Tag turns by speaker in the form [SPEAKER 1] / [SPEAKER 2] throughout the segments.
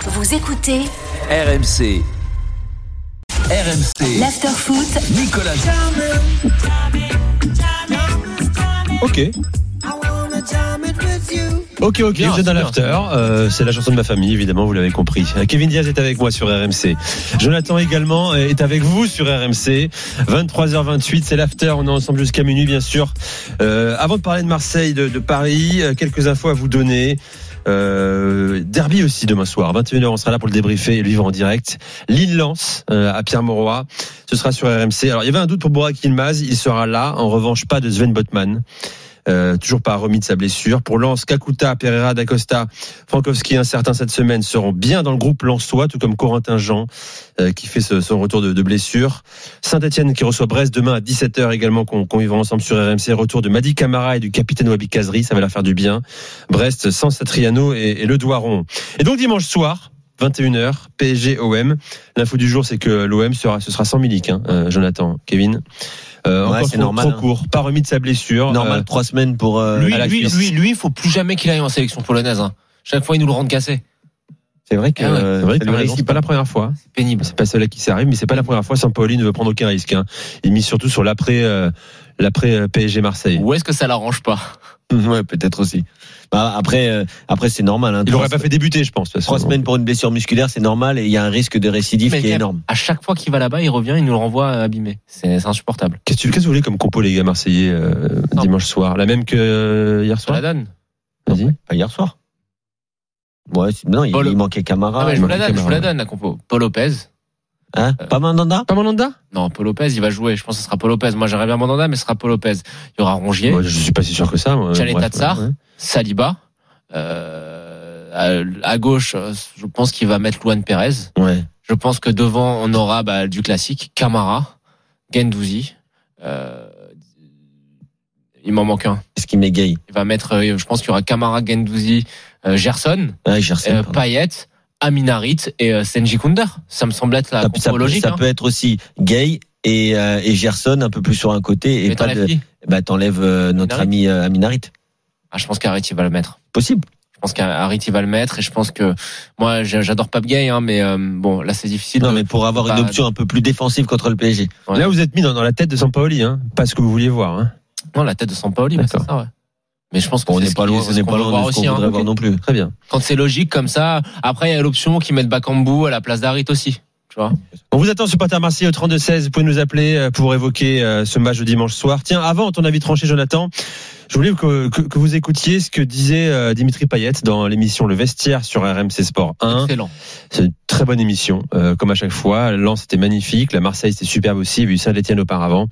[SPEAKER 1] Vous écoutez
[SPEAKER 2] RMC. RMC.
[SPEAKER 1] l'afterfoot
[SPEAKER 2] Nicolas.
[SPEAKER 3] Ok. Ok, ok,
[SPEAKER 4] Bien,
[SPEAKER 3] vous êtes dans
[SPEAKER 4] super.
[SPEAKER 3] l'after. Euh, c'est la chanson de ma famille, évidemment, vous l'avez compris. Euh, Kevin Diaz est avec moi sur RMC. Jonathan également euh, est avec vous sur RMC. 23h28, c'est l'after. On est ensemble jusqu'à minuit, bien sûr. Euh, avant de parler de Marseille, de, de Paris, euh, quelques infos à vous donner. Euh, derby aussi demain soir, 21h, on sera là pour le débriefer et le vivre en direct. Lille-Lance euh, à Pierre Mauroy, ce sera sur RMC. Alors il y avait un doute pour Borak Ilmaz, il sera là. En revanche, pas de Sven Botman. Euh, toujours pas remis de sa blessure. Pour Lens, Kakuta, Pereira, Dacosta, Frankowski, incertain cette semaine, seront bien dans le groupe Lensois, tout comme Corentin Jean, euh, qui fait ce- son retour de, de blessure. Saint-Etienne qui reçoit Brest demain à 17h également, qu'on qu'on vivra ensemble sur RMC. Retour de Madi Camara et du capitaine Wabi Kazri, ça va leur faire du bien. Brest sans Satriano et, et le doigt rond. Et donc dimanche soir, 21h, PSG OM. L'info du jour, c'est que l'OM sera, ce sera sans Milik, hein, euh, Jonathan, Kevin. Euh,
[SPEAKER 4] Ouais,
[SPEAKER 3] encore
[SPEAKER 4] c'est
[SPEAKER 3] trop-
[SPEAKER 4] normal,
[SPEAKER 3] trop
[SPEAKER 4] hein.
[SPEAKER 3] court, pas remis de sa blessure.
[SPEAKER 4] Normal,
[SPEAKER 3] Euh,
[SPEAKER 4] trois semaines pour. euh,
[SPEAKER 3] Lui,
[SPEAKER 4] à la
[SPEAKER 3] lui,
[SPEAKER 4] cuisse.
[SPEAKER 3] lui.
[SPEAKER 5] il faut plus jamais qu'il aille en sélection polonaise. hein. Chaque fois, ils nous le rendent cassé.
[SPEAKER 4] C'est vrai que.
[SPEAKER 5] Ah ouais.
[SPEAKER 4] euh,
[SPEAKER 3] C'est vrai que
[SPEAKER 4] ça lui
[SPEAKER 3] t'as raison,
[SPEAKER 4] réussit
[SPEAKER 3] c'est pas la première fois.
[SPEAKER 5] C'est pénible.
[SPEAKER 3] C'est pas celle à qui ça arrive, mais c'est pas la première fois. Sampaoli ne veut prendre aucun risque. hein. Il mise surtout sur l'après, euh, l'après euh, PSG Marseille.
[SPEAKER 5] Ou est-ce que ça l'arrange pas
[SPEAKER 4] Ouais, peut-être aussi. Bah, après, euh, après c'est normal. Hein,
[SPEAKER 3] Il
[SPEAKER 4] trois,
[SPEAKER 3] aurait pas fait débuter, je pense. de toute
[SPEAKER 4] trois
[SPEAKER 3] façon.
[SPEAKER 4] semaines pour une blessure musculaire, c'est normal et il y a un risque de récidive
[SPEAKER 5] Mais
[SPEAKER 4] qui est
[SPEAKER 5] quand-
[SPEAKER 4] énorme.
[SPEAKER 5] À chaque fois qu'il va là-bas, il revient, il nous le renvoie euh, abîmé. C'est c'est insupportable.
[SPEAKER 3] Qu'est-ce que qu'est-ce que vous voulez comme compo les gars marseillais euh,
[SPEAKER 5] Non.
[SPEAKER 3] dimanche soir La même que euh, hier
[SPEAKER 5] Je la
[SPEAKER 3] soir.
[SPEAKER 5] donne.
[SPEAKER 3] Vas-y.
[SPEAKER 4] Pas hier soir. Ouais, c'est- non, il,
[SPEAKER 5] Paul-
[SPEAKER 4] il manquait Camara.
[SPEAKER 5] Ah, mais je
[SPEAKER 4] il
[SPEAKER 5] vous la
[SPEAKER 4] manquait
[SPEAKER 5] donne, je vous la
[SPEAKER 4] Camara.
[SPEAKER 5] donne la compo. Paul Lopez.
[SPEAKER 4] Hein
[SPEAKER 5] Euh,
[SPEAKER 4] Pas Mandanda
[SPEAKER 3] Pas Mandanda
[SPEAKER 5] Non, Paul Lopez, il va jouer. Je pense que ce sera Paul Lopez. Moi, j'aimerais bien Mandanda, mais ce sera Paul Lopez. Il y aura Rongier,
[SPEAKER 3] Moi, Je suis pas si sûr que ça. moi.
[SPEAKER 5] Chalet
[SPEAKER 3] Bref,
[SPEAKER 5] Tatsar.
[SPEAKER 3] ouais.
[SPEAKER 5] Saliba. Euh, à, à gauche, euh, je pense qu'il va mettre Luan Perez.
[SPEAKER 4] Ouais.
[SPEAKER 5] Je pense que devant, on aura bah, du classique, Camara, Gendouzi. Euh, il m'en manque un.
[SPEAKER 4] Est-ce qu'il met gay
[SPEAKER 5] Il va mettre, euh, je pense qu'il y aura Camara, Gendouzi, euh, Gerson,
[SPEAKER 4] Ouais, j'ai reçu,
[SPEAKER 5] euh,
[SPEAKER 4] Ah, pardon.
[SPEAKER 5] Payet, Aminarit et euh, Senji Kunder. Ça me semble être la
[SPEAKER 4] ça, ça
[SPEAKER 5] compo
[SPEAKER 4] peut-
[SPEAKER 5] logique.
[SPEAKER 4] ça
[SPEAKER 5] hein.
[SPEAKER 4] peut être aussi gay et, euh, et Gerson un peu plus sur un côté et
[SPEAKER 5] Mais
[SPEAKER 4] pas
[SPEAKER 5] t'enlèves
[SPEAKER 4] de.
[SPEAKER 5] qui
[SPEAKER 4] Bah, t'enlèves euh, notre ami euh, Aminarit.
[SPEAKER 5] Ah, je pense qu'Arit, il va le mettre.
[SPEAKER 4] Possible.
[SPEAKER 5] Je pense qu'Arit, il va le mettre. Et je pense que moi, j'a- j'adore Pape Gay, hein, mais euh, bon, là, c'est difficile.
[SPEAKER 4] Non,
[SPEAKER 5] de-
[SPEAKER 4] mais pour avoir une
[SPEAKER 5] pas-
[SPEAKER 4] option un peu plus défensive contre le PSG.
[SPEAKER 5] Ouais.
[SPEAKER 3] Là, vous êtes mis dans, dans la tête de Sampaoli, hein, pas ce que vous vouliez voir. Hein.
[SPEAKER 5] Non, la tête de Sampaoli, bah, c'est
[SPEAKER 3] D'accord.
[SPEAKER 5] ça, ouais. Mais je pense qu'on
[SPEAKER 4] on n'est pas loin, on n'est pas loin de ce qu'on voudrait voir non plus.
[SPEAKER 3] Très bien.
[SPEAKER 5] hein. quand c'est logique comme ça. Après, il y a l'option qui met Bakambu à la place d'Arit aussi. Tu vois
[SPEAKER 3] On vous attend, supporter Marseille, au 32-16. Vous pouvez nous appeler euh, pour évoquer euh, ce match de dimanche soir. Tiens, avant ton avis tranché, Jonathan, je voulais que, que- que vous écoutiez ce que disait euh, Dimitri Payet dans l'émission Le Vestiaire sur RMC Sport
[SPEAKER 4] Hein
[SPEAKER 3] 1.
[SPEAKER 5] Excellent.
[SPEAKER 3] C'est une très bonne émission, euh, comme à chaque fois. Lens était magnifique, la Marseille c'était superbe aussi, il y a eu Saint-Etienne auparavant.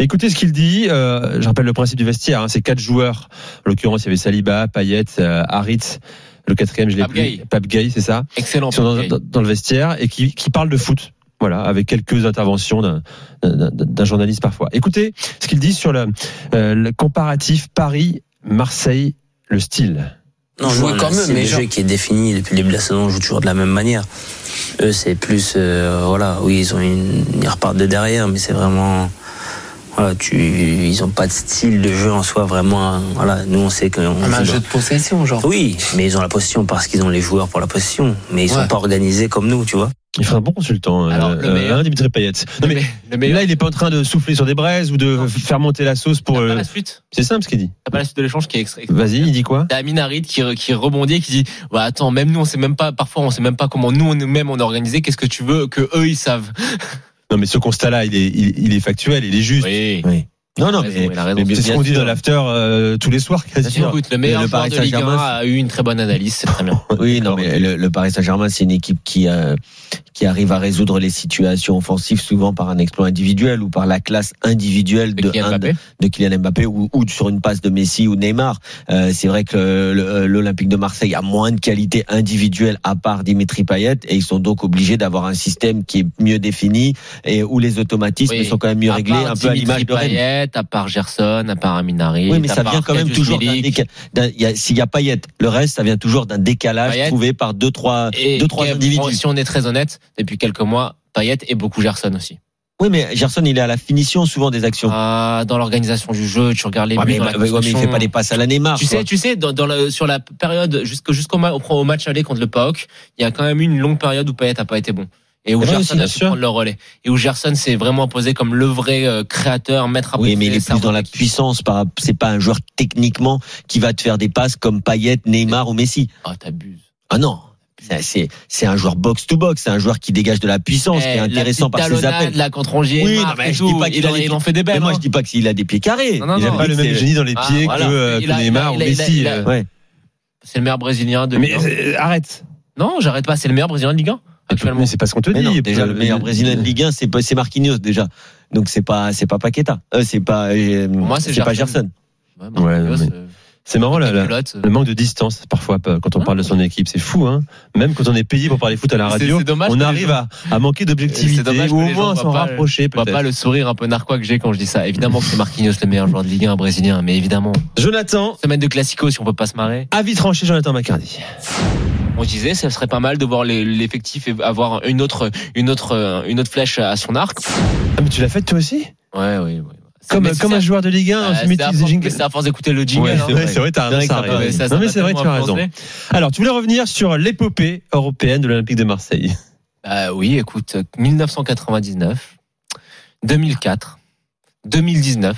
[SPEAKER 3] Écoutez ce qu'il dit, euh, je rappelle le principe du vestiaire, hein, c'est quatre joueurs, en l'occurrence il y avait Saliba, Payet, euh, Harit, le quatrième je l'ai
[SPEAKER 5] Pape
[SPEAKER 3] plus,
[SPEAKER 5] Gueye.
[SPEAKER 3] Pape Gueye, c'est ça,
[SPEAKER 5] Excellent.
[SPEAKER 3] qui sont dans,
[SPEAKER 5] Pape Gay.
[SPEAKER 3] dans- dans le vestiaire et qui, qui parlent de foot. Voilà, avec quelques interventions d'un- d'un d'un journaliste parfois. Écoutez ce qu'il dit sur le, euh, le comparatif Paris-Marseille, le style.
[SPEAKER 6] Non,
[SPEAKER 7] Jouer
[SPEAKER 6] non,
[SPEAKER 7] quand même,
[SPEAKER 6] C'est
[SPEAKER 7] mais
[SPEAKER 6] le
[SPEAKER 7] genre-
[SPEAKER 6] jeu qui est défini depuis le début de la saison. On joue toujours de la même manière. Eux, c'est plus, euh, voilà, oui, ils ont une, ils repartent de derrière, mais c'est vraiment, voilà, tu, ils ont pas de style de jeu en soi vraiment. hein, Voilà, nous on sait qu'on.
[SPEAKER 8] Mais un
[SPEAKER 6] on-
[SPEAKER 8] jeu de possession, genre.
[SPEAKER 6] Oui, mais ils ont la position parce qu'ils ont les joueurs pour la position, mais ils sont
[SPEAKER 8] Ouais.
[SPEAKER 6] pas organisés comme nous, tu vois.
[SPEAKER 3] Il fait un bon consultant, euh,
[SPEAKER 5] Alors, le
[SPEAKER 3] euh,
[SPEAKER 5] meilleur-
[SPEAKER 3] hein, Dimitri Payet. Non, mais-
[SPEAKER 5] le
[SPEAKER 3] Mais
[SPEAKER 5] meilleur.
[SPEAKER 3] là, il n'est pas en train de souffler sur des braises ou de
[SPEAKER 5] Non. Ah,
[SPEAKER 3] faire monter la sauce pour.
[SPEAKER 5] T'as pas
[SPEAKER 3] euh,
[SPEAKER 5] la suite.
[SPEAKER 3] C'est simple ce qu'il dit.
[SPEAKER 5] T'as pas la suite de l'échange qui est extrait.
[SPEAKER 3] Vas-y, il dit quoi
[SPEAKER 5] T'as Amin Harit qui, re- qui rebondit et qui dit bah attends même nous on sait même pas parfois on sait même pas comment nous nous mêmes on est organisé qu'est-ce que tu veux que eux ils savent
[SPEAKER 3] Non, mais ce constat-là, il est, il, il est factuel, il est juste.
[SPEAKER 5] oui Bah,
[SPEAKER 4] Non, non,
[SPEAKER 5] non
[SPEAKER 4] mais
[SPEAKER 5] il a raison
[SPEAKER 4] mais
[SPEAKER 3] C'est ce
[SPEAKER 4] bien
[SPEAKER 3] qu'on dit
[SPEAKER 4] sûr.
[SPEAKER 3] dans l'after euh, tous les soirs, quasiment.
[SPEAKER 5] écoute le meilleur
[SPEAKER 4] le
[SPEAKER 5] joueur
[SPEAKER 4] Paris
[SPEAKER 5] de Ligue 1
[SPEAKER 4] Saint-Germain,
[SPEAKER 5] a eu une très bonne analyse c'est très bien
[SPEAKER 4] oui, non, mais le, le Paris Saint-Germain, c'est une équipe qui euh, qui arrive à résoudre les situations offensives souvent par un exploit individuel ou par la classe individuelle de,
[SPEAKER 5] Kylian
[SPEAKER 4] un de,
[SPEAKER 5] Mbappé
[SPEAKER 4] de Kylian Mbappé ou, ou sur une passe de Messi ou Neymar. Euh, c'est vrai que le- le- l'Olympique de Marseille a moins de qualité individuelle à part Dimitri Payet et ils sont donc obligés d'avoir un système qui est mieux défini et où les automatismes
[SPEAKER 5] Oui.
[SPEAKER 4] sont quand même mieux
[SPEAKER 5] À
[SPEAKER 4] réglés,
[SPEAKER 5] part
[SPEAKER 4] un peu à
[SPEAKER 5] Dimitri
[SPEAKER 4] l'image de Rennes.
[SPEAKER 5] Payet, à part Gerson à part Amin Harit
[SPEAKER 4] Oui, mais
[SPEAKER 5] à
[SPEAKER 4] ça
[SPEAKER 5] part
[SPEAKER 4] vient quand même
[SPEAKER 5] Kadius
[SPEAKER 4] toujours d'un
[SPEAKER 5] Milik.
[SPEAKER 4] déca- d'un- il y a- S'il y a Payet, le reste, ça vient toujours d'un décalage
[SPEAKER 5] Payet.
[SPEAKER 4] trouvé par deux, trois,
[SPEAKER 5] et
[SPEAKER 4] deux, trois
[SPEAKER 5] Kev,
[SPEAKER 4] individus.
[SPEAKER 5] Si on est très honnête, depuis quelques mois, Payet et beaucoup Gerson aussi.
[SPEAKER 4] Oui, mais Gerson, il est à la finition souvent des actions.
[SPEAKER 5] Ah, dans l'organisation du jeu, tu regardes les
[SPEAKER 4] Ouais,
[SPEAKER 5] buts.
[SPEAKER 4] mais, bah,
[SPEAKER 5] dans la
[SPEAKER 4] ouais, mais il
[SPEAKER 5] construction.
[SPEAKER 4] fait pas des passes à la Neymar.
[SPEAKER 5] Tu
[SPEAKER 4] quoi.
[SPEAKER 5] sais, tu sais, dans, dans la- sur la période jusqu'au jusqu'au ma- au- au match aller contre le PAOK, il y a quand même eu une longue période où Payet a pas été bon et où
[SPEAKER 3] Ouais,
[SPEAKER 5] Gerson
[SPEAKER 3] aussi, bien
[SPEAKER 5] a su
[SPEAKER 3] sûr.
[SPEAKER 5] prendre le relais et où Gerson s'est vraiment imposé comme le vrai euh, créateur, maître à
[SPEAKER 4] Oui,
[SPEAKER 5] penser,
[SPEAKER 4] mais il est plus
[SPEAKER 5] cerveau
[SPEAKER 4] dans la
[SPEAKER 5] d'équipe.
[SPEAKER 4] puissance. par- C'est pas un joueur techniquement qui va te faire des passes comme Payet, Neymar ou Messi.
[SPEAKER 5] Ah, t'abuses.
[SPEAKER 4] Ah non. C'est- C'est c'est un joueur box to box. C'est un joueur qui dégage de la puissance, qui
[SPEAKER 5] Eh,
[SPEAKER 4] est
[SPEAKER 5] la
[SPEAKER 4] intéressant par
[SPEAKER 5] petite
[SPEAKER 4] ses
[SPEAKER 5] talonnade,
[SPEAKER 4] appels.
[SPEAKER 5] Là, contre Rongier,
[SPEAKER 4] Oui,
[SPEAKER 5] il
[SPEAKER 4] non,
[SPEAKER 5] marque
[SPEAKER 4] mais
[SPEAKER 5] et
[SPEAKER 4] je
[SPEAKER 5] tout.
[SPEAKER 4] dis pas qu'il
[SPEAKER 5] il, en,
[SPEAKER 4] a les-
[SPEAKER 5] il en fait des
[SPEAKER 4] Mais
[SPEAKER 5] belles.
[SPEAKER 4] moi,
[SPEAKER 5] hein.
[SPEAKER 4] je dis pas qu'il a des pieds carrés.
[SPEAKER 5] Non, non,
[SPEAKER 4] Il a
[SPEAKER 5] non.
[SPEAKER 4] pas
[SPEAKER 3] Pas
[SPEAKER 4] dit
[SPEAKER 3] le
[SPEAKER 4] que
[SPEAKER 3] même
[SPEAKER 4] c'est-
[SPEAKER 3] génie dans les
[SPEAKER 5] Ah,
[SPEAKER 3] pieds
[SPEAKER 5] voilà.
[SPEAKER 3] que, euh,
[SPEAKER 5] Il
[SPEAKER 3] que
[SPEAKER 5] a-
[SPEAKER 3] Neymar ou
[SPEAKER 5] il a- il a-
[SPEAKER 3] Messi.
[SPEAKER 5] il a-
[SPEAKER 3] euh.
[SPEAKER 4] Ouais.
[SPEAKER 5] C'est le meilleur brésilien de
[SPEAKER 3] Mais
[SPEAKER 5] Ligue 1.
[SPEAKER 3] euh, arrête.
[SPEAKER 5] Non, j'arrête pas. C'est le meilleur brésilien de Ligue 1 actuellement.
[SPEAKER 3] Ah, Mais c'est pas ce qu'on te
[SPEAKER 4] Mais
[SPEAKER 3] dit.
[SPEAKER 4] Eh non, déjà, le
[SPEAKER 3] euh,
[SPEAKER 4] meilleur Brésilien de Ligue 1, c'est pas- c'est Marquinhos déjà. Donc c'est pas c'est pas Paqueta. Euh, c'est pas euh,
[SPEAKER 5] moi, c'est
[SPEAKER 4] c'est pas
[SPEAKER 5] Gerson.
[SPEAKER 4] Gerson.
[SPEAKER 5] Ouais, Marquinhos,
[SPEAKER 3] mais-
[SPEAKER 5] euh,
[SPEAKER 3] C'est
[SPEAKER 4] Oh
[SPEAKER 3] marrant là, là.
[SPEAKER 5] culotte, euh.
[SPEAKER 3] Le manque de distance parfois quand on parle de son équipe, c'est fou. Hein Même quand on est payé pour parler foot à la
[SPEAKER 5] C'est-
[SPEAKER 3] radio,
[SPEAKER 5] c'est dommage
[SPEAKER 3] on
[SPEAKER 5] que les
[SPEAKER 3] arrive
[SPEAKER 5] gens-
[SPEAKER 3] à, à manquer d'objectivité
[SPEAKER 5] C'est dommage
[SPEAKER 3] ou
[SPEAKER 5] que
[SPEAKER 3] au
[SPEAKER 5] les
[SPEAKER 3] moins
[SPEAKER 5] gens
[SPEAKER 3] s'en
[SPEAKER 5] voient pas-
[SPEAKER 3] rapprocher
[SPEAKER 5] Je vois pas
[SPEAKER 3] peut-être.
[SPEAKER 5] le sourire un peu narquois que j'ai quand je dis ça. Évidemment que c'est Marquinhos le meilleur joueur de Ligue 1 brésilien, mais évidemment,
[SPEAKER 3] Jonathan,
[SPEAKER 5] semaine de classico si on peut pas se marrer.
[SPEAKER 3] avis tranché, Jonathan McCarthy.
[SPEAKER 5] On se disait ça serait pas mal de voir les- l'effectif et avoir une autre une autre euh, une autre flèche à son arc.
[SPEAKER 3] Ah, mais tu l'as fait toi aussi
[SPEAKER 5] Ouais, oui, oui. C'est-
[SPEAKER 3] Comme,
[SPEAKER 5] mais c'est-
[SPEAKER 3] comme un joueur hein, de Ligue 1,
[SPEAKER 5] euh,
[SPEAKER 3] on se met
[SPEAKER 5] c'est à
[SPEAKER 3] des
[SPEAKER 5] force-
[SPEAKER 3] jingles.
[SPEAKER 5] mais c'est à force d'écouter le jingle.
[SPEAKER 3] Ouais,
[SPEAKER 5] hein.
[SPEAKER 3] c'est vrai, c'est vrai, t'as
[SPEAKER 4] C'est vrai
[SPEAKER 3] raison,
[SPEAKER 4] que ça
[SPEAKER 3] t'as
[SPEAKER 4] peut-
[SPEAKER 3] raison.
[SPEAKER 5] Ouais, ça, ça
[SPEAKER 3] Non mais
[SPEAKER 5] m'a
[SPEAKER 3] c'est vrai, tu as
[SPEAKER 5] tellement
[SPEAKER 3] raison.
[SPEAKER 5] influencé.
[SPEAKER 3] Alors, tu voulais revenir sur l'épopée européenne de l'Olympique de Marseille.
[SPEAKER 5] Bah oui, écoute, 1999, 2004, 2019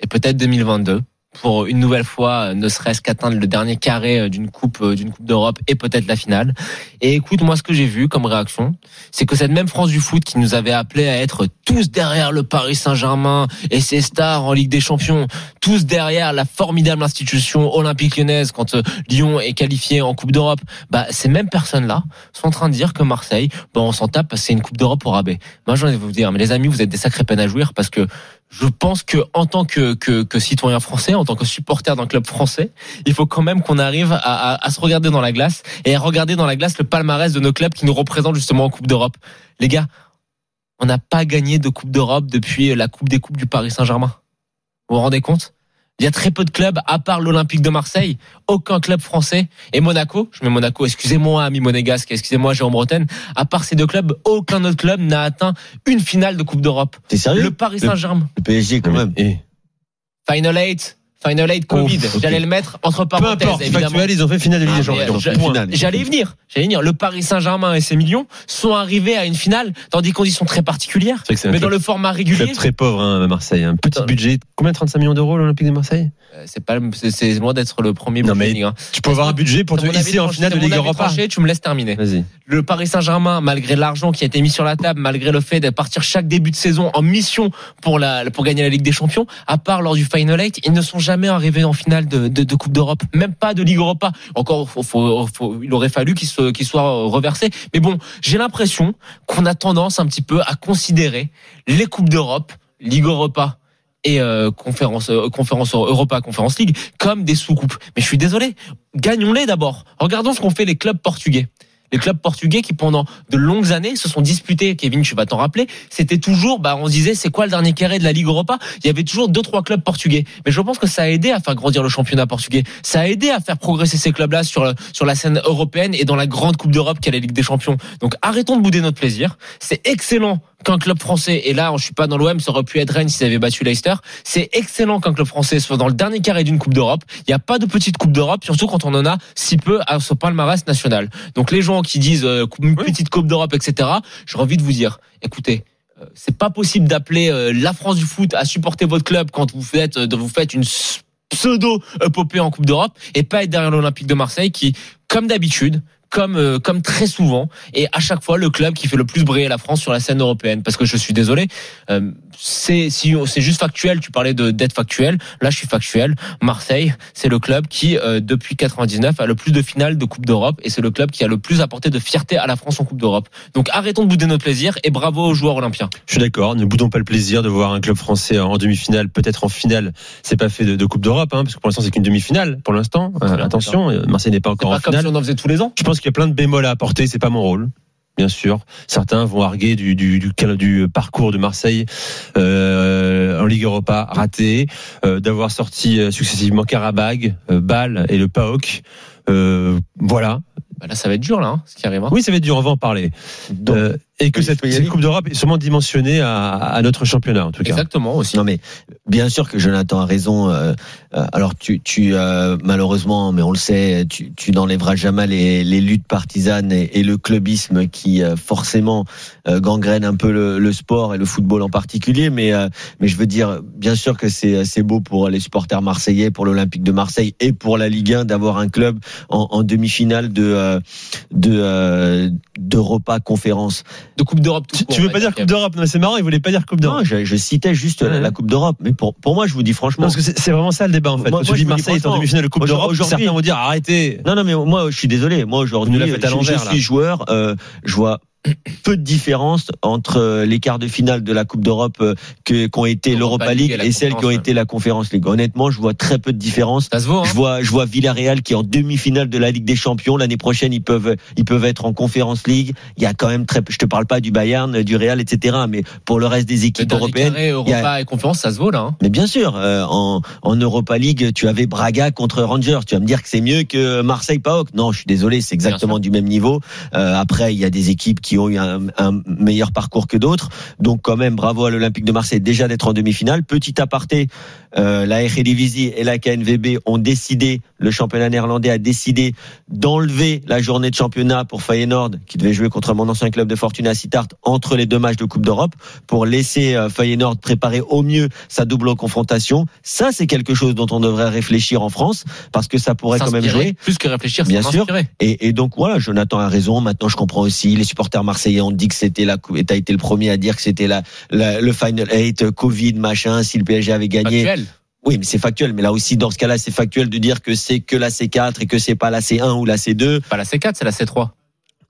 [SPEAKER 5] et peut-être 2022 pour une nouvelle fois, euh, ne serait-ce qu'atteindre le dernier carré euh, d'une coupe, euh, d'une coupe d'Europe et peut-être la finale. Et écoute, moi, ce que j'ai vu comme réaction, c'est que cette même France du foot qui nous avait appelé à être tous derrière le Paris Saint-Germain et ses stars en Ligue des Champions, tous derrière la formidable institution olympique lyonnaise quand euh, Lyon est qualifié en Coupe d'Europe, bah, ces mêmes personnes-là sont en train de dire que Marseille, bah, on s'en tape parce que c'est une Coupe d'Europe au rabais. Moi, j'ai envie de vous dire, mais les amis, vous êtes des sacrés peines à jouir parce que je pense que en tant que, que, que citoyen français, en tant que supporter d'un club français, il faut quand même qu'on arrive à, à, à se regarder dans la glace et à regarder dans la glace le palmarès de nos clubs qui nous représentent justement en Coupe d'Europe. Les gars, on n'a pas gagné de Coupe d'Europe depuis la Coupe des Coupes du Paris Saint-Germain. Vous vous rendez compte Il y a très peu de clubs, à part l'Olympique de Marseille, aucun club français et Monaco, je mets Monaco, excusez-moi, ami monégasque, excusez-moi, Jérôme Bretagne, à part ces deux clubs, aucun autre club n'a atteint une finale de Coupe d'Europe.
[SPEAKER 4] T'es
[SPEAKER 3] Ah
[SPEAKER 4] sérieux
[SPEAKER 5] Le
[SPEAKER 4] le,
[SPEAKER 5] Paris Saint-Germain,
[SPEAKER 4] PSG quand même.
[SPEAKER 3] Et-
[SPEAKER 5] Final 8, Final 8 Covid,
[SPEAKER 4] Ouf, ok.
[SPEAKER 5] j'allais le mettre entre
[SPEAKER 3] Peu
[SPEAKER 5] parenthèses,
[SPEAKER 3] importe,
[SPEAKER 5] évidemment.
[SPEAKER 3] factuel, ils ont fait finale de Ligue des
[SPEAKER 5] Ah, mais,
[SPEAKER 3] Champions.
[SPEAKER 5] je-
[SPEAKER 3] Point.
[SPEAKER 4] Finale.
[SPEAKER 5] J'allais y venir, j'allais y venir. Le Paris Saint-Germain et ses millions sont arrivés à une finale dans des conditions très particulières,
[SPEAKER 3] C'est vrai que c'est un
[SPEAKER 5] mais dans
[SPEAKER 3] club-
[SPEAKER 5] le format
[SPEAKER 3] club
[SPEAKER 5] régulier.
[SPEAKER 3] très pauvre hein, à Marseille. Un petit
[SPEAKER 5] Attends.
[SPEAKER 3] budget. Combien 35 millions d'euros l'Olympique de Marseille
[SPEAKER 5] Euh, C'est pas, le- c'est- c'est loin d'être le premier.
[SPEAKER 3] Non,
[SPEAKER 5] budget
[SPEAKER 3] mais
[SPEAKER 5] de Ligue un.
[SPEAKER 3] Tu peux avoir un budget pour te
[SPEAKER 5] C'est mon avis
[SPEAKER 3] hisser en
[SPEAKER 5] tranché,
[SPEAKER 3] finale
[SPEAKER 5] c'est
[SPEAKER 3] de
[SPEAKER 5] mon
[SPEAKER 3] Ligue
[SPEAKER 5] avis
[SPEAKER 3] Europa.
[SPEAKER 5] tranché, Tu me laisses terminer.
[SPEAKER 3] Vas-y.
[SPEAKER 5] le Paris Saint-Germain, malgré l'argent qui a été mis sur la table, malgré le fait de partir chaque début de saison en mission pour, la, pour gagner la Ligue des Champions, à part lors du Final 8, ils ne sont jamais arrivés en finale de, de, de Coupe d'Europe, même pas de Ligue Europa. Encore, faut, faut- faut- il aurait fallu qu'ils se- qu'ils soient reversés. Mais bon, j'ai l'impression qu'on a tendance un petit peu à considérer les Coupes d'Europe, Ligue Europa et euh, conférence, euh, conférence Europa, conférence League, comme des sous-coupes. Mais je suis désolé, gagnons-les d'abord. Regardons ce qu'ont fait les clubs portugais. Les clubs portugais qui pendant de longues années se sont disputés, Kevin, tu vas t'en rappeler, c'était toujours, bah, on se disait, c'est quoi le dernier carré de la Ligue Europa Il y avait toujours deux trois clubs portugais. Mais je pense que ça a aidé à faire grandir le championnat portugais. Ça a aidé à faire progresser ces clubs-là sur le- sur la scène européenne et dans la grande Coupe d'Europe qu'est la Ligue des Champions. Donc arrêtons de bouder notre plaisir. C'est excellent qu'un club français, et là, je suis pas dans l'OM, ça aurait pu être Rennes s'ils avaient battu Leicester. C'est excellent qu'un club français soit dans le dernier carré d'une Coupe d'Europe. Il n'y a pas de petite Coupe d'Europe, surtout quand on en a si peu à ce palmarès national. Donc les gens qui disent euh, coupe- une petite Coupe d'Europe, etc., j'ai envie de vous dire, écoutez, euh, c'est pas possible d'appeler euh, la France du foot à supporter votre club quand vous faites, euh, vous faites une pseudo épopée en Coupe d'Europe et pas être derrière l'Olympique de Marseille qui, comme d'habitude, comme, euh, comme très souvent, et à chaque fois le club qui fait le plus briller la France sur la scène européenne. Parce que je suis désolé, euh, c'est si on- c'est juste factuel. Tu parlais de d'être factuel. Là, je suis factuel. Marseille, c'est le club qui euh, depuis 99 a le plus de finales de Coupe d'Europe et c'est le club qui a le plus apporté de fierté à la France en Coupe d'Europe. Donc arrêtons de bouder notre plaisir et bravo aux joueurs olympiens.
[SPEAKER 3] Je suis d'accord, ne boudons pas le plaisir de voir un club français en demi-finale, peut-être en finale. C'est pas fait de, de Coupe d'Europe, hein, parce que pour l'instant c'est qu'une demi-finale, pour l'instant. Euh,
[SPEAKER 5] bien,
[SPEAKER 3] attention, euh, Marseille n'est pas
[SPEAKER 5] C'est
[SPEAKER 3] encore en
[SPEAKER 5] pas comme
[SPEAKER 3] finale.
[SPEAKER 5] si on en faisait tous les ans.
[SPEAKER 3] Je pense qu'il y a plein de bémols à apporter, c'est pas mon rôle. Bien sûr, certains vont arguer du, du, du, cal- du parcours de Marseille euh, en Ligue Europa raté, euh, d'avoir sorti euh, successivement Karabag, euh, Bâle et le PAOK. Euh, voilà,
[SPEAKER 5] Bah là, ça va être dur, là, hein, ce qui arrive. hein.
[SPEAKER 3] Oui, ça va être dur, on va en parler.
[SPEAKER 4] Donc,
[SPEAKER 3] Euh, et que
[SPEAKER 4] oui,
[SPEAKER 3] cette,
[SPEAKER 4] faut y
[SPEAKER 3] cette
[SPEAKER 4] aller.
[SPEAKER 3] Coupe d'Europe est sûrement dimensionnée à, à notre championnat, en tout cas.
[SPEAKER 5] Exactement aussi.
[SPEAKER 4] Non mais bien sûr que Jonathan a raison. euh, euh, alors tu, tu euh, malheureusement, mais on le sait, tu, tu n'enlèveras jamais les, les luttes partisanes et, et le clubisme qui euh, forcément euh, gangrène un peu le, le sport et le football en particulier. Mais euh, mais je veux dire, bien sûr que c'est c'est beau pour les supporters marseillais, pour l'Olympique de Marseille et pour la Ligue 1 d'avoir un club en, en demi-finale de euh, de euh, d'Europa Conférence.
[SPEAKER 5] De Coupe d'Europe. tout
[SPEAKER 3] Tu,
[SPEAKER 5] court,
[SPEAKER 3] tu veux
[SPEAKER 5] on
[SPEAKER 3] pas
[SPEAKER 5] va
[SPEAKER 3] dire Coupe d'Europe Non, c'est marrant, il voulait pas dire Coupe d'Europe.
[SPEAKER 4] Non, je, je citais juste la, la Coupe d'Europe. Mais pour pour moi, je vous dis franchement.
[SPEAKER 3] Non, parce que c'est c'est vraiment ça le débat, en fait.
[SPEAKER 4] Moi-
[SPEAKER 3] Quand tu
[SPEAKER 4] moi,
[SPEAKER 3] dis
[SPEAKER 4] je vous dis
[SPEAKER 3] Marseille est en
[SPEAKER 4] franchement,
[SPEAKER 3] demi-finale de Coupe
[SPEAKER 4] aujourd'hui-
[SPEAKER 3] d'Europe,
[SPEAKER 4] aujourd'hui-
[SPEAKER 3] certains vont dire arrêtez.
[SPEAKER 4] Non, non, mais moi, je suis désolé. Moi,
[SPEAKER 3] Vous
[SPEAKER 4] aujourd'hui,
[SPEAKER 3] nous
[SPEAKER 4] je,
[SPEAKER 3] la faites à
[SPEAKER 4] je
[SPEAKER 3] l'envers, là.
[SPEAKER 4] suis joueur. euh, je vois peu de différence entre euh, les quarts de finale de la Coupe d'Europe euh, que qu'ont été
[SPEAKER 5] Europa
[SPEAKER 4] l'Europa
[SPEAKER 5] League
[SPEAKER 4] League
[SPEAKER 5] et la
[SPEAKER 4] et celles qui ont
[SPEAKER 5] Conférence,
[SPEAKER 4] été la Conférence League. Honnêtement, je vois très peu de différence.
[SPEAKER 5] Ça se voit. hein.
[SPEAKER 4] Je vois, je vois Villarreal qui est en demi-finale de la Ligue des Champions. L'année prochaine, ils peuvent, ils peuvent être en Conférence League. Il y a quand même très peu. Je te parle pas du Bayern, euh, du Real, etc. Mais pour le reste des
[SPEAKER 5] Le
[SPEAKER 4] équipes
[SPEAKER 5] dernier
[SPEAKER 4] européennes,
[SPEAKER 5] carré,
[SPEAKER 4] il y a-
[SPEAKER 5] Europa et conférence, ça se vaut là. hein.
[SPEAKER 4] mais bien sûr, euh, en, en Europa League, tu avais Braga contre Rangers. Tu vas me dire que c'est mieux que Marseille-Paok. Non, je suis désolé, c'est exactement du même niveau. Euh, après, il y a des équipes qui ont eu un, un meilleur parcours que d'autres. Donc quand même, bravo à l'Olympique de Marseille déjà d'être en demi-finale. Petit aparté, euh, la Eredivisie et la KNVB ont décidé, le championnat néerlandais a décidé d'enlever la journée de championnat pour Feyenoord, qui devait jouer contre mon ancien club de Fortuna Sittard, entre les deux matchs de Coupe d'Europe pour laisser euh, Feyenoord préparer au mieux sa double confrontation. Ça, c'est quelque chose dont on devrait réfléchir en France parce que ça pourrait quand même
[SPEAKER 5] S'inspirer,
[SPEAKER 4] jouer.
[SPEAKER 5] Plus que réfléchir,
[SPEAKER 4] Bien
[SPEAKER 5] s'en
[SPEAKER 4] sûr.
[SPEAKER 5] inspirer.
[SPEAKER 4] Et, et donc voilà, Jonathan a raison. Maintenant, je comprends aussi les supporters marseillais ont dit que c'était la coupe. Et t'as été le premier à dire que c'était la, la- le final eight, euh, Covid, machin. Si le PSG avait gagné,
[SPEAKER 5] Actuel.
[SPEAKER 4] oui, mais c'est factuel. Mais là aussi, dans ce cas-là, c'est factuel de dire que c'est que la C4 et que c'est pas la C1 ou la C2.
[SPEAKER 5] Pas la C4, c'est la C3.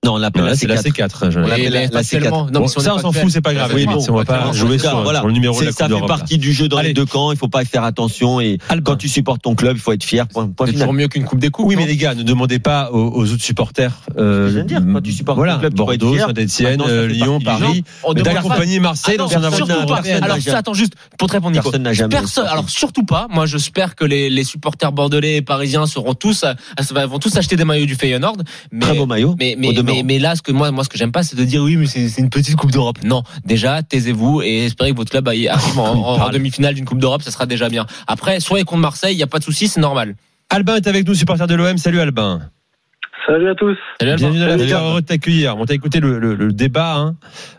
[SPEAKER 4] Non, on l'appelle
[SPEAKER 3] Non,
[SPEAKER 4] la
[SPEAKER 3] là, c'est la
[SPEAKER 4] C4.
[SPEAKER 3] C4. je-
[SPEAKER 4] On l'appelle
[SPEAKER 5] Mais-
[SPEAKER 4] la-
[SPEAKER 5] mais
[SPEAKER 4] la C4.
[SPEAKER 5] factuellement, non,
[SPEAKER 3] Bon,
[SPEAKER 5] mais si on
[SPEAKER 3] ça,
[SPEAKER 5] est
[SPEAKER 3] on s'en
[SPEAKER 5] factuel,
[SPEAKER 3] fout, c'est pas grave. Oui,
[SPEAKER 5] Exactement.
[SPEAKER 3] bon, on va pas
[SPEAKER 5] Factuellement,
[SPEAKER 3] jouer
[SPEAKER 5] c'est
[SPEAKER 4] ça,
[SPEAKER 3] sur,
[SPEAKER 4] voilà.
[SPEAKER 3] sur le numéro de
[SPEAKER 4] C'est-
[SPEAKER 3] la
[SPEAKER 4] Ça
[SPEAKER 3] Coupe
[SPEAKER 4] fait
[SPEAKER 3] d'Europe. hein.
[SPEAKER 4] partie du jeu dans
[SPEAKER 3] Allez.
[SPEAKER 4] les deux camps. Il faut pas faire attention. Et
[SPEAKER 3] Albin.
[SPEAKER 4] quand tu supportes ton club, il faut être fier. Point, point
[SPEAKER 5] C'est
[SPEAKER 4] final.
[SPEAKER 5] toujours mieux qu'une Coupe des Coupes.
[SPEAKER 3] Oui, mais
[SPEAKER 5] non
[SPEAKER 3] les gars, ne demandez pas aux, aux autres supporters. euh,
[SPEAKER 4] Je viens de dire, quand tu supportes
[SPEAKER 3] voilà,
[SPEAKER 4] ton club, tu dois être
[SPEAKER 3] Bordeaux,
[SPEAKER 4] fier.
[SPEAKER 3] Saint-Etienne,
[SPEAKER 4] Maintenant, ça fait partie
[SPEAKER 3] Lyon,
[SPEAKER 4] des Ah
[SPEAKER 3] Paris,
[SPEAKER 5] On demande pas-
[SPEAKER 3] d'accompagner Marseille dans
[SPEAKER 5] Attends,
[SPEAKER 3] son aventure.
[SPEAKER 5] surtout pas.
[SPEAKER 4] Personne n'a
[SPEAKER 5] Alors
[SPEAKER 4] jamais-
[SPEAKER 5] ça, attends juste pour te répondre, Nico.
[SPEAKER 4] Personne n'a jamais.
[SPEAKER 5] Personne. Alors surtout pas. Moi, j'espère que les, les supporters bordelais et parisiens seront tous, à- à- vont tous acheter des maillots du Feyenoord. Mais,
[SPEAKER 4] très beau maillot.
[SPEAKER 5] mais, mais,
[SPEAKER 4] au demeurant.
[SPEAKER 5] mais, mais là, ce que moi, moi, ce que j'aime pas, c'est de dire oui, mais c'est c'est une petite Coupe d'Europe. Non, déjà, taisez-vous et espérez que votre club aille- arrive en, en- en demi-finale d'une Coupe d'Europe, ça sera déjà bien. Après, soyez contre Marseille, il y a pas de souci, c'est normal.
[SPEAKER 3] Albin est avec nous, supporter de l'OM. Salut Albin.
[SPEAKER 1] Salut à tous.
[SPEAKER 5] Salut, Albin.
[SPEAKER 3] Bienvenue à
[SPEAKER 4] Salut,
[SPEAKER 3] l'after,
[SPEAKER 4] Albin.
[SPEAKER 3] heureux de t'accueillir. On t'a écouté le, le- le débat hein,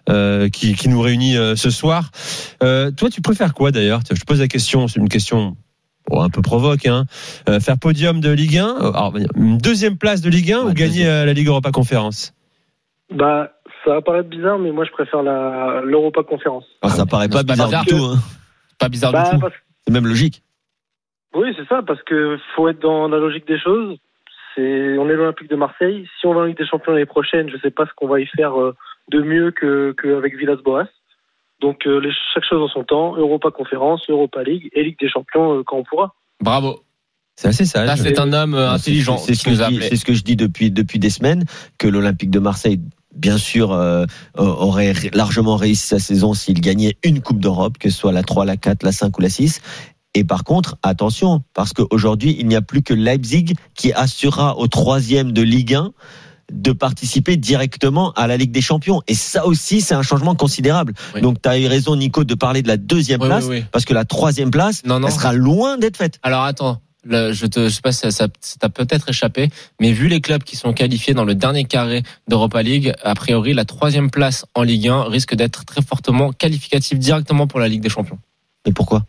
[SPEAKER 3] euh, qui, qui nous réunit euh, ce soir. Euh, toi, tu préfères quoi d'ailleurs Tiens, Je te pose la question, c'est une question bon, un peu provoque. Hein. Euh, faire podium de Ligue 1, euh, alors, une deuxième place de Ligue 1 ou
[SPEAKER 4] Ouais,
[SPEAKER 3] gagner
[SPEAKER 4] deuxième.
[SPEAKER 3] euh, la Ligue Europa Conférence
[SPEAKER 1] Bah, ça va paraître bizarre, mais moi je préfère la l'Europa Conférence.
[SPEAKER 4] Alors, Ah, ça paraît pas
[SPEAKER 5] c'est pas
[SPEAKER 3] Bah,
[SPEAKER 4] bizarre
[SPEAKER 5] bizarre.
[SPEAKER 4] du tout. hein.
[SPEAKER 5] Pas bizarre
[SPEAKER 1] Bah,
[SPEAKER 5] du tout.
[SPEAKER 1] parce-
[SPEAKER 4] C'est même logique.
[SPEAKER 1] Oui, c'est ça, parce que faut être dans la logique des choses. C'est, on est l'Olympique de Marseille. Si on va en Ligue des Champions l'année prochaine, je sais pas ce qu'on va y faire euh, de mieux que qu'avec Villas-Boas. Donc euh, les- chaque chose en son temps. Europa Conférence, Europa League et Ligue des Champions euh, quand on pourra.
[SPEAKER 5] Bravo.
[SPEAKER 3] C'est assez sage.
[SPEAKER 5] Là, c'est un homme euh,
[SPEAKER 4] Bah, C'est-
[SPEAKER 5] intelligent
[SPEAKER 4] C'est ce,
[SPEAKER 5] qui
[SPEAKER 4] que
[SPEAKER 5] nous
[SPEAKER 4] je
[SPEAKER 5] a
[SPEAKER 4] dis-
[SPEAKER 5] appelé.
[SPEAKER 4] c'est ce que je dis depuis depuis des semaines que l'Olympique de Marseille. Bien sûr, euh, euh, aurait ré- largement réussi sa saison s'il gagnait une Coupe d'Europe, que ce soit la 3, la 4, la 5 ou la 6. Et par contre, attention, parce qu'aujourd'hui, il n'y a plus que Leipzig qui assurera au troisième de Ligue 1 de participer directement à la Ligue des Champions. Et ça aussi, c'est un changement considérable.
[SPEAKER 5] Oui.
[SPEAKER 4] Donc, tu as eu raison, Nico, de parler de la deuxième
[SPEAKER 5] Oui,
[SPEAKER 4] place,
[SPEAKER 5] oui, oui.
[SPEAKER 4] parce que la troisième place,
[SPEAKER 5] Non, non.
[SPEAKER 4] elle sera loin d'être faite.
[SPEAKER 5] Alors attends, là, je te, je sais pas, ça, ça, ça t'a peut-être échappé, mais vu les clubs qui sont qualifiés dans le dernier carré d'Europa League, a priori la troisième place en Ligue 1 risque d'être très fortement qualificative directement pour la Ligue des Champions.
[SPEAKER 4] Et pourquoi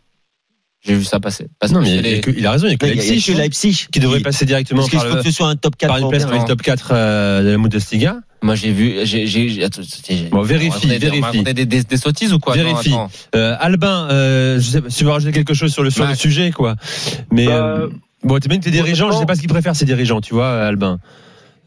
[SPEAKER 5] J'ai vu ça passer. Parce
[SPEAKER 3] Non,
[SPEAKER 5] que
[SPEAKER 3] mais
[SPEAKER 5] c'est
[SPEAKER 3] il, y a
[SPEAKER 5] les-
[SPEAKER 3] que- il a raison, il n'y a que
[SPEAKER 4] Il y a- il y a
[SPEAKER 3] Leipzig hein.
[SPEAKER 4] que Leipzig
[SPEAKER 3] qui devrait passer directement
[SPEAKER 4] Parce qu'il
[SPEAKER 3] par,
[SPEAKER 4] faut que
[SPEAKER 3] le,
[SPEAKER 4] ce soit un top 4
[SPEAKER 3] par une place dans
[SPEAKER 5] Robert.
[SPEAKER 4] hein.
[SPEAKER 3] le top 4 euh, de la Bundesliga.
[SPEAKER 5] moi j'ai vu, j'ai, j'ai, j'ai- attends, j'ai-
[SPEAKER 3] Bon,
[SPEAKER 5] on
[SPEAKER 3] vérifie,
[SPEAKER 5] racontait des- on
[SPEAKER 3] vérifie.
[SPEAKER 5] racontait Des, des, des sottises ou quoi Non,
[SPEAKER 3] Vérifie.
[SPEAKER 5] attends.
[SPEAKER 3] Euh, Albin, euh, je sais pas si tu veux rajouter quelque chose sur le, sur le
[SPEAKER 5] Max.
[SPEAKER 3] sujet, quoi. Mais
[SPEAKER 1] Bah,
[SPEAKER 3] euh, bon, t'es même tes dirigeants, je sais pas ce qu'ils préfèrent ces dirigeants, tu vois, Albin.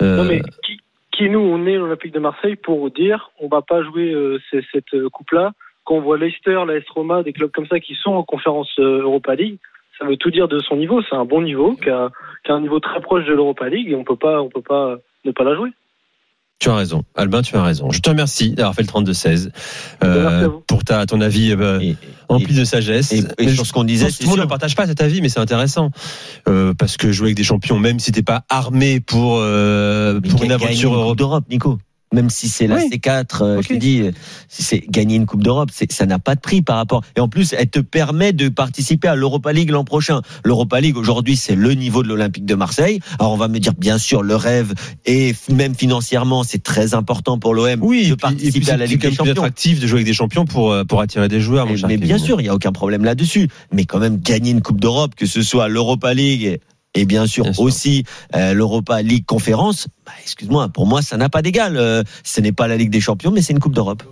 [SPEAKER 3] Euh,
[SPEAKER 1] Non mais qui, qui nous on est l'Olympique de Marseille pour dire on va pas jouer euh, ces- cette euh, coupe-là. Quand on voit Leicester, la S Roma, des clubs comme ça qui sont en conférence euh, Europa League, ça veut tout dire de son niveau. C'est un bon niveau, qui a, qui a un niveau très proche de l'Europa League et on peut pas on peut pas ne pas la jouer.
[SPEAKER 3] Tu as raison, Albin, tu as raison. Je te remercie d'avoir fait le 32-16
[SPEAKER 1] Merci
[SPEAKER 4] Ben,
[SPEAKER 1] à
[SPEAKER 3] euh,
[SPEAKER 1] vous.
[SPEAKER 3] pour ta, ton avis euh, bah,
[SPEAKER 4] Et-
[SPEAKER 3] rempli de sagesse.
[SPEAKER 4] et- et
[SPEAKER 3] Mais
[SPEAKER 4] sur ce qu'on disait,
[SPEAKER 3] pense que
[SPEAKER 4] c'est
[SPEAKER 3] tout le monde
[SPEAKER 4] sûr.
[SPEAKER 3] ne partage pas cet avis, mais c'est intéressant Euh, parce que jouer avec des champions, même si t'es pas armé pour euh,
[SPEAKER 4] Mais
[SPEAKER 3] pour une
[SPEAKER 4] gagner
[SPEAKER 3] aventure
[SPEAKER 4] Coupe
[SPEAKER 3] européenne.
[SPEAKER 4] d'Europe, Nico. Même si c'est la
[SPEAKER 3] Oui.
[SPEAKER 4] C4, euh,
[SPEAKER 3] Ok.
[SPEAKER 4] je te dis, euh, si c'est gagner une Coupe d'Europe, c'est- ça n'a pas de prix par rapport. Et en plus, elle te permet de participer à l'Europa League l'an prochain. L'Europa League aujourd'hui, c'est le niveau de l'Olympique de Marseille. Alors on va me dire, bien sûr, le rêve et f- même financièrement, c'est très important pour l'OM
[SPEAKER 3] Oui,
[SPEAKER 4] de
[SPEAKER 3] et puis- et puis
[SPEAKER 4] participer à la
[SPEAKER 3] c'est c'est quand
[SPEAKER 4] Ligue des
[SPEAKER 3] même plus
[SPEAKER 4] Champions.
[SPEAKER 3] attractif de jouer avec des champions pour euh, pour attirer des joueurs. mon cher
[SPEAKER 4] Mais
[SPEAKER 3] Kevin.
[SPEAKER 4] bien sûr, il n'y a aucun problème là-dessus. Mais quand même, gagner une Coupe d'Europe, que ce soit l'Europa League et bien sûr,
[SPEAKER 3] Bien sûr.
[SPEAKER 4] aussi euh, l'Europa League Conférence, bah, excuse-moi, pour moi, ça n'a pas d'égal. Euh, ce n'est pas la Ligue des Champions, mais c'est une Coupe d'Europe.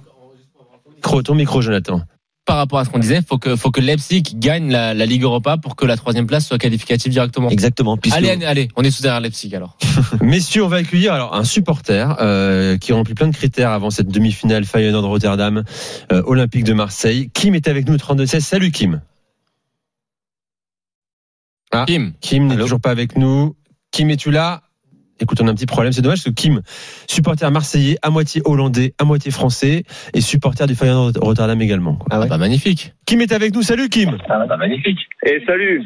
[SPEAKER 3] Micro, ton micro, Jonathan.
[SPEAKER 5] Par rapport à ce qu'on disait, faut que faut que Leipzig gagne la, la Ligue Europa pour que la troisième place soit qualificative directement.
[SPEAKER 4] Exactement. Puisque
[SPEAKER 5] Allez, allez, allez, on est sous derrière Leipzig alors.
[SPEAKER 3] Messieurs, on va accueillir alors un supporter euh, qui remplit plein de critères avant cette demi-finale Feyenoord Rotterdam euh, Olympique de Marseille. Kim est avec nous au 32-16. Salut Kim. Ah.
[SPEAKER 5] Kim,
[SPEAKER 3] Kim n'est
[SPEAKER 4] Allô
[SPEAKER 3] toujours pas avec nous. Kim, es-tu là Écoute, on a un petit problème. C'est dommage parce que Kim, supporter marseillais, à moitié hollandais, à moitié français, et supporter du Feyenoord Rotterdam également. quoi.
[SPEAKER 5] ah bah magnifique.
[SPEAKER 3] Kim est avec nous. Salut Kim.
[SPEAKER 2] Et Eh, salut.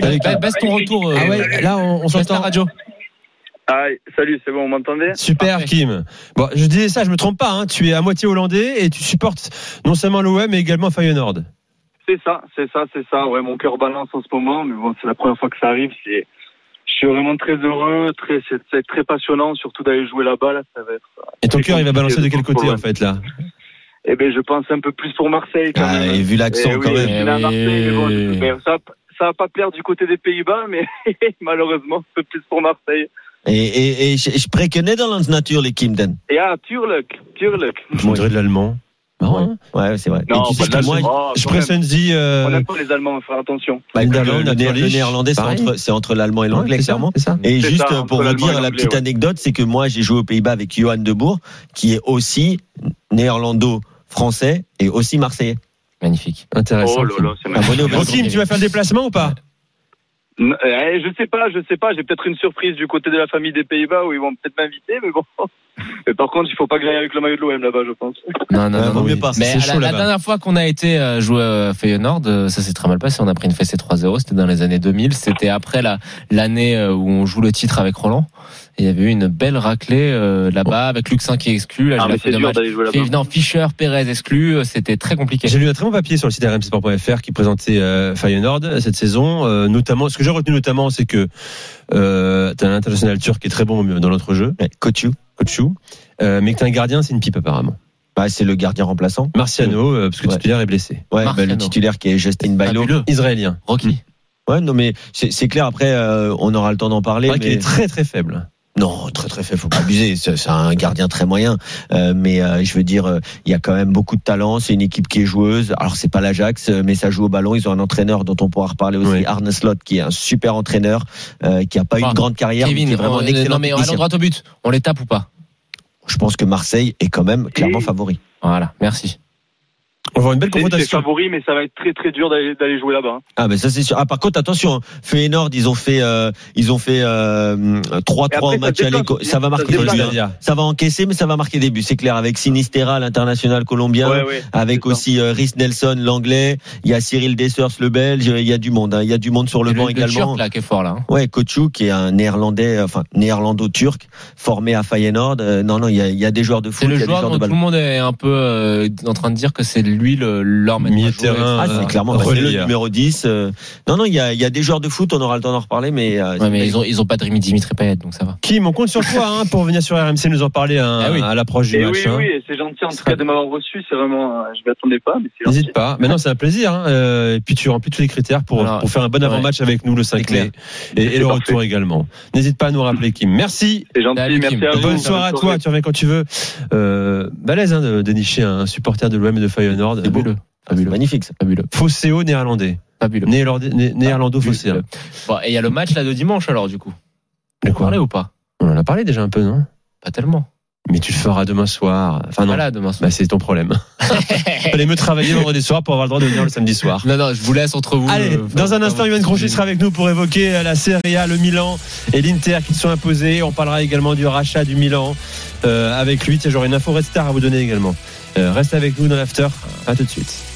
[SPEAKER 3] Salut,
[SPEAKER 5] Ba- Baisse ton retour. euh,
[SPEAKER 3] Ah ouais,
[SPEAKER 5] baisse
[SPEAKER 3] là on, on
[SPEAKER 5] ta
[SPEAKER 3] s'entend.
[SPEAKER 5] radio.
[SPEAKER 2] Ah, salut, c'est bon, vous m'entendez
[SPEAKER 3] Super
[SPEAKER 5] Parfait.
[SPEAKER 3] Kim. Bon, je disais ça, je me trompe pas. hein. Tu es à moitié hollandais et tu supportes non seulement l'OM mais également Feyenoord.
[SPEAKER 2] C'est ça, c'est ça, c'est ça. Ouais, mon cœur balance en ce moment, mais bon, c'est la première fois que ça arrive. C'est, je suis vraiment très heureux, très, c'est, c'est très passionnant, surtout d'aller jouer là-bas. Là, ça va être.
[SPEAKER 3] Et ton
[SPEAKER 2] C'est
[SPEAKER 3] cœur, il va balancer de
[SPEAKER 2] compliqué
[SPEAKER 3] quel
[SPEAKER 2] de voir
[SPEAKER 3] côté
[SPEAKER 2] pour
[SPEAKER 3] en fait là
[SPEAKER 2] Eh ben, je pense un peu plus pour Marseille quand
[SPEAKER 4] Ah,
[SPEAKER 2] même.
[SPEAKER 4] et vu l'accent
[SPEAKER 2] Eh oui,
[SPEAKER 4] quand même.
[SPEAKER 2] je suis né à
[SPEAKER 5] Eh
[SPEAKER 2] Marseille, mais bon,
[SPEAKER 5] oui.
[SPEAKER 2] mais ça, ça va pas plaire du côté des Pays-Bas, mais malheureusement, un peu plus pour Marseille.
[SPEAKER 4] Et, et, et je, je préconais dans la nature les Kimden.
[SPEAKER 2] Et ah, Turluck, Turluck.
[SPEAKER 3] Je voudrais de l'allemand. Marrant, hein
[SPEAKER 4] Ah, Ouais, c'est vrai. et tu sais
[SPEAKER 2] pas
[SPEAKER 4] que
[SPEAKER 2] de
[SPEAKER 4] moi,
[SPEAKER 2] l'allemand. Oh,
[SPEAKER 3] Je euh,
[SPEAKER 2] quand même.
[SPEAKER 3] pressens dit.
[SPEAKER 2] On aime pas les Allemands, faut faire attention.
[SPEAKER 4] bah, le,
[SPEAKER 3] Lindelof,
[SPEAKER 4] le- le
[SPEAKER 3] Lindelof,
[SPEAKER 4] néerlandais, c'est
[SPEAKER 3] pareil.
[SPEAKER 4] entre, c'est entre l'allemand et l'anglais, clairement.
[SPEAKER 3] C'est ça.
[SPEAKER 4] Et
[SPEAKER 2] C'est
[SPEAKER 4] juste
[SPEAKER 2] ça,
[SPEAKER 4] pour
[SPEAKER 2] entre
[SPEAKER 4] vous
[SPEAKER 2] l'allemand
[SPEAKER 4] dire
[SPEAKER 2] et
[SPEAKER 4] la
[SPEAKER 2] l'anglais,
[SPEAKER 4] petite
[SPEAKER 2] ouais.
[SPEAKER 4] anecdote, c'est que moi j'ai joué aux Pays-Bas avec Johan de Boer, qui est aussi néerlando français et aussi marseillais.
[SPEAKER 5] Magnifique.
[SPEAKER 3] Intéressant.
[SPEAKER 2] Oh là là, c'est
[SPEAKER 4] Abonné au
[SPEAKER 3] Bon, Kim, tu vas faire le déplacement ou pas
[SPEAKER 2] N- euh, je sais pas, je sais pas. J'ai peut-être une surprise du côté de la famille des Pays-Bas où ils vont peut-être m'inviter, mais bon. Mais par contre, il faut pas griller avec le maillot de l'OM là-bas, je pense.
[SPEAKER 5] Non,
[SPEAKER 4] Ouais,
[SPEAKER 5] non,
[SPEAKER 4] vaut
[SPEAKER 5] non.
[SPEAKER 4] mieux
[SPEAKER 5] oui.
[SPEAKER 4] pas.
[SPEAKER 5] Mais
[SPEAKER 3] C'est
[SPEAKER 5] à la-
[SPEAKER 3] chaud,
[SPEAKER 5] la,
[SPEAKER 3] là-bas.
[SPEAKER 5] dernière fois qu'on a été euh, jouer à Feyenoord, euh, ça s'est très mal passé. On a pris une fessée 3-0. C'était dans les années 2000. C'était après la l'année euh, où on joue le titre avec Roland. Et il y avait eu une belle raclée euh, là-bas avec Luxin qui est exclu. Là, j'ai
[SPEAKER 2] Ah,
[SPEAKER 5] la
[SPEAKER 2] mais
[SPEAKER 5] feuille
[SPEAKER 2] c'est
[SPEAKER 5] de
[SPEAKER 2] dur
[SPEAKER 5] match.
[SPEAKER 2] d'aller jouer là-bas.
[SPEAKER 5] Fi- Non, Fischer, Perez exclu. euh, C'était très compliqué.
[SPEAKER 3] J'ai lu un très bon papier sur le site rmsport.fr qui présentait euh, Feyenoord cette saison. Euh, notamment, ce que j'ai retenu notamment, c'est que euh, t'as un international turc qui est très bon euh, dans notre jeu,
[SPEAKER 4] Ouais, Kotiou,
[SPEAKER 3] Kochou, euh, mais que t'as un gardien, c'est une pipe apparemment.
[SPEAKER 4] bah, c'est le gardien remplaçant.
[SPEAKER 3] Marciano, euh, parce que
[SPEAKER 4] Ouais.
[SPEAKER 3] titulaire est blessé.
[SPEAKER 4] Ouais, bah,
[SPEAKER 5] Marciano.
[SPEAKER 4] le titulaire qui est Justin Bailo.
[SPEAKER 5] Fabuleux.
[SPEAKER 3] Israélien.
[SPEAKER 5] Rocky.
[SPEAKER 4] Ouais, non mais c'est c'est clair. Après, euh, on aura le temps d'en
[SPEAKER 3] C'est
[SPEAKER 4] parler.
[SPEAKER 3] vrai qu'il
[SPEAKER 4] mais-
[SPEAKER 3] est très très faible.
[SPEAKER 4] Non, très très faible, faut pas abuser. C'est c'est un gardien très moyen, Euh, mais euh, je veux dire, euh, il y a quand même beaucoup de talent. C'est une équipe qui est joueuse. Alors c'est pas l'Ajax, euh, mais ça joue au ballon. Ils ont un entraîneur dont on pourra reparler aussi,
[SPEAKER 3] Oui.
[SPEAKER 4] Arne Slot, qui est un super entraîneur, euh, qui a pas eu
[SPEAKER 5] Bon,
[SPEAKER 4] une grande carrière, mais qui
[SPEAKER 5] Kevin,
[SPEAKER 4] est vraiment
[SPEAKER 5] on-
[SPEAKER 4] un
[SPEAKER 5] euh,
[SPEAKER 4] excellent
[SPEAKER 5] non mais allons
[SPEAKER 4] technicien.
[SPEAKER 5] droit au but. On les tape ou pas
[SPEAKER 4] Je pense que Marseille est quand même clairement favori.
[SPEAKER 5] Voilà. Merci.
[SPEAKER 3] On va avoir une belle
[SPEAKER 2] C'est- C'est
[SPEAKER 3] confrontation.
[SPEAKER 2] favori, mais ça va être très très dur d'aller d'aller jouer là-bas. hein.
[SPEAKER 4] Ah mais ça c'est sûr. Ah par contre attention, hein, Feyenoord, ils ont fait euh, ils ont fait euh, 3-3
[SPEAKER 2] Et après,
[SPEAKER 4] au
[SPEAKER 2] ça
[SPEAKER 4] match
[SPEAKER 2] se
[SPEAKER 4] aller.
[SPEAKER 2] déplace.
[SPEAKER 4] Ça va marquer
[SPEAKER 2] se
[SPEAKER 4] des
[SPEAKER 2] déplace.
[SPEAKER 4] buts. hein. Ça va encaisser, mais ça va marquer des buts. C'est clair avec Sinistera, l'international colombien.
[SPEAKER 2] Ouais, ouais.
[SPEAKER 4] avec
[SPEAKER 2] C'est ça.
[SPEAKER 4] aussi euh, Rhys Nelson, l'anglais. Il y a Cyril Dessers, le belge. Il y a du monde. hein. Il y a du monde sur le
[SPEAKER 5] Et
[SPEAKER 4] banc
[SPEAKER 5] le
[SPEAKER 4] également.
[SPEAKER 5] Turc, là qui est fort là. hein.
[SPEAKER 4] Ouais, Kochou, qui est un néerlandais, euh, enfin néerlando-turc, formé à Feyenoord. Euh, non, non, il y a, il y a des joueurs de
[SPEAKER 5] C'est
[SPEAKER 4] foot, il
[SPEAKER 5] le
[SPEAKER 4] y a des
[SPEAKER 5] joueur
[SPEAKER 4] joueurs de
[SPEAKER 5] dont tout
[SPEAKER 4] ballon.
[SPEAKER 5] le monde est un peu euh, en train de dire que c'est lui le leur
[SPEAKER 3] Milieu
[SPEAKER 5] meilleur joueur.
[SPEAKER 3] terrain,
[SPEAKER 4] Ah,
[SPEAKER 3] euh,
[SPEAKER 4] c'est clairement bah, c'est
[SPEAKER 3] relayeur.
[SPEAKER 5] hein.
[SPEAKER 4] le numéro 10. euh, non, non, il y a, il y a des joueurs de foot, on aura le temps d'en reparler, mais, euh,
[SPEAKER 5] Ouais, mais ils ont ils ont pas Dimitri Dimitri Payet donc ça va.
[SPEAKER 3] Kim, on compte sur toi hein, pour venir sur RMC nous en parler hein,
[SPEAKER 5] Ah oui.
[SPEAKER 3] à l'approche du
[SPEAKER 2] Et
[SPEAKER 3] match.
[SPEAKER 2] Eh oui,
[SPEAKER 3] hein.
[SPEAKER 2] oui, et c'est gentil en tout cas de m'avoir reçu. C'est vraiment, euh, je m'attendais pas, mais c'est gentil.
[SPEAKER 3] N'hésite pas. Maintenant, c'est un plaisir. hein. Euh, et puis, tu remplis tous les critères pour,
[SPEAKER 5] Alors,
[SPEAKER 3] pour faire un bon
[SPEAKER 5] ouais.
[SPEAKER 3] avant-match avec nous le 5 mai. Et, et
[SPEAKER 2] C'est
[SPEAKER 3] le
[SPEAKER 2] parfait.
[SPEAKER 3] retour également. N'hésite pas à nous rappeler, Kim. Merci.
[SPEAKER 2] C'est gentil,
[SPEAKER 5] Salut,
[SPEAKER 2] merci
[SPEAKER 5] Kim.
[SPEAKER 2] à vous.
[SPEAKER 3] Bonne soirée à toi. Tu reviens quand tu veux. Euh, balèze hein, de dénicher un supporter de l'OM et de Feyenoord.
[SPEAKER 5] Fabuleux.
[SPEAKER 3] Ah,
[SPEAKER 4] c'est magnifique. Ça.
[SPEAKER 5] Fabuleux.
[SPEAKER 3] Fosséo néerlandais.
[SPEAKER 5] Fabuleux.
[SPEAKER 3] Néerlandais- né-
[SPEAKER 5] Ah,
[SPEAKER 3] Néerlando-fosséo.
[SPEAKER 5] Bon, et il y a le match là de dimanche alors du coup.
[SPEAKER 3] De
[SPEAKER 5] Vous parlez ou pas
[SPEAKER 3] On en a parlé déjà un peu, non
[SPEAKER 5] Pas tellement.
[SPEAKER 3] mais tu le feras demain soir. Enfin, non.
[SPEAKER 5] Voilà, demain soir.
[SPEAKER 3] Bah, c'est ton problème. Fallait me travailler vendredi soir pour avoir le droit de venir le samedi soir.
[SPEAKER 5] Non, non, je vous laisse entre vous.
[SPEAKER 3] Allez,
[SPEAKER 5] euh,
[SPEAKER 3] dans un
[SPEAKER 5] enfin,
[SPEAKER 3] instant,
[SPEAKER 5] vous-
[SPEAKER 3] Yvan Crochet sera avec nous pour évoquer euh, la Serie A, le Milan et l'Inter qui se sont imposés. On parlera également du rachat du Milan euh, avec lui. Tiens, j'aurai une info Red Star à vous donner également. Euh, reste avec nous dans l'after. À tout de suite.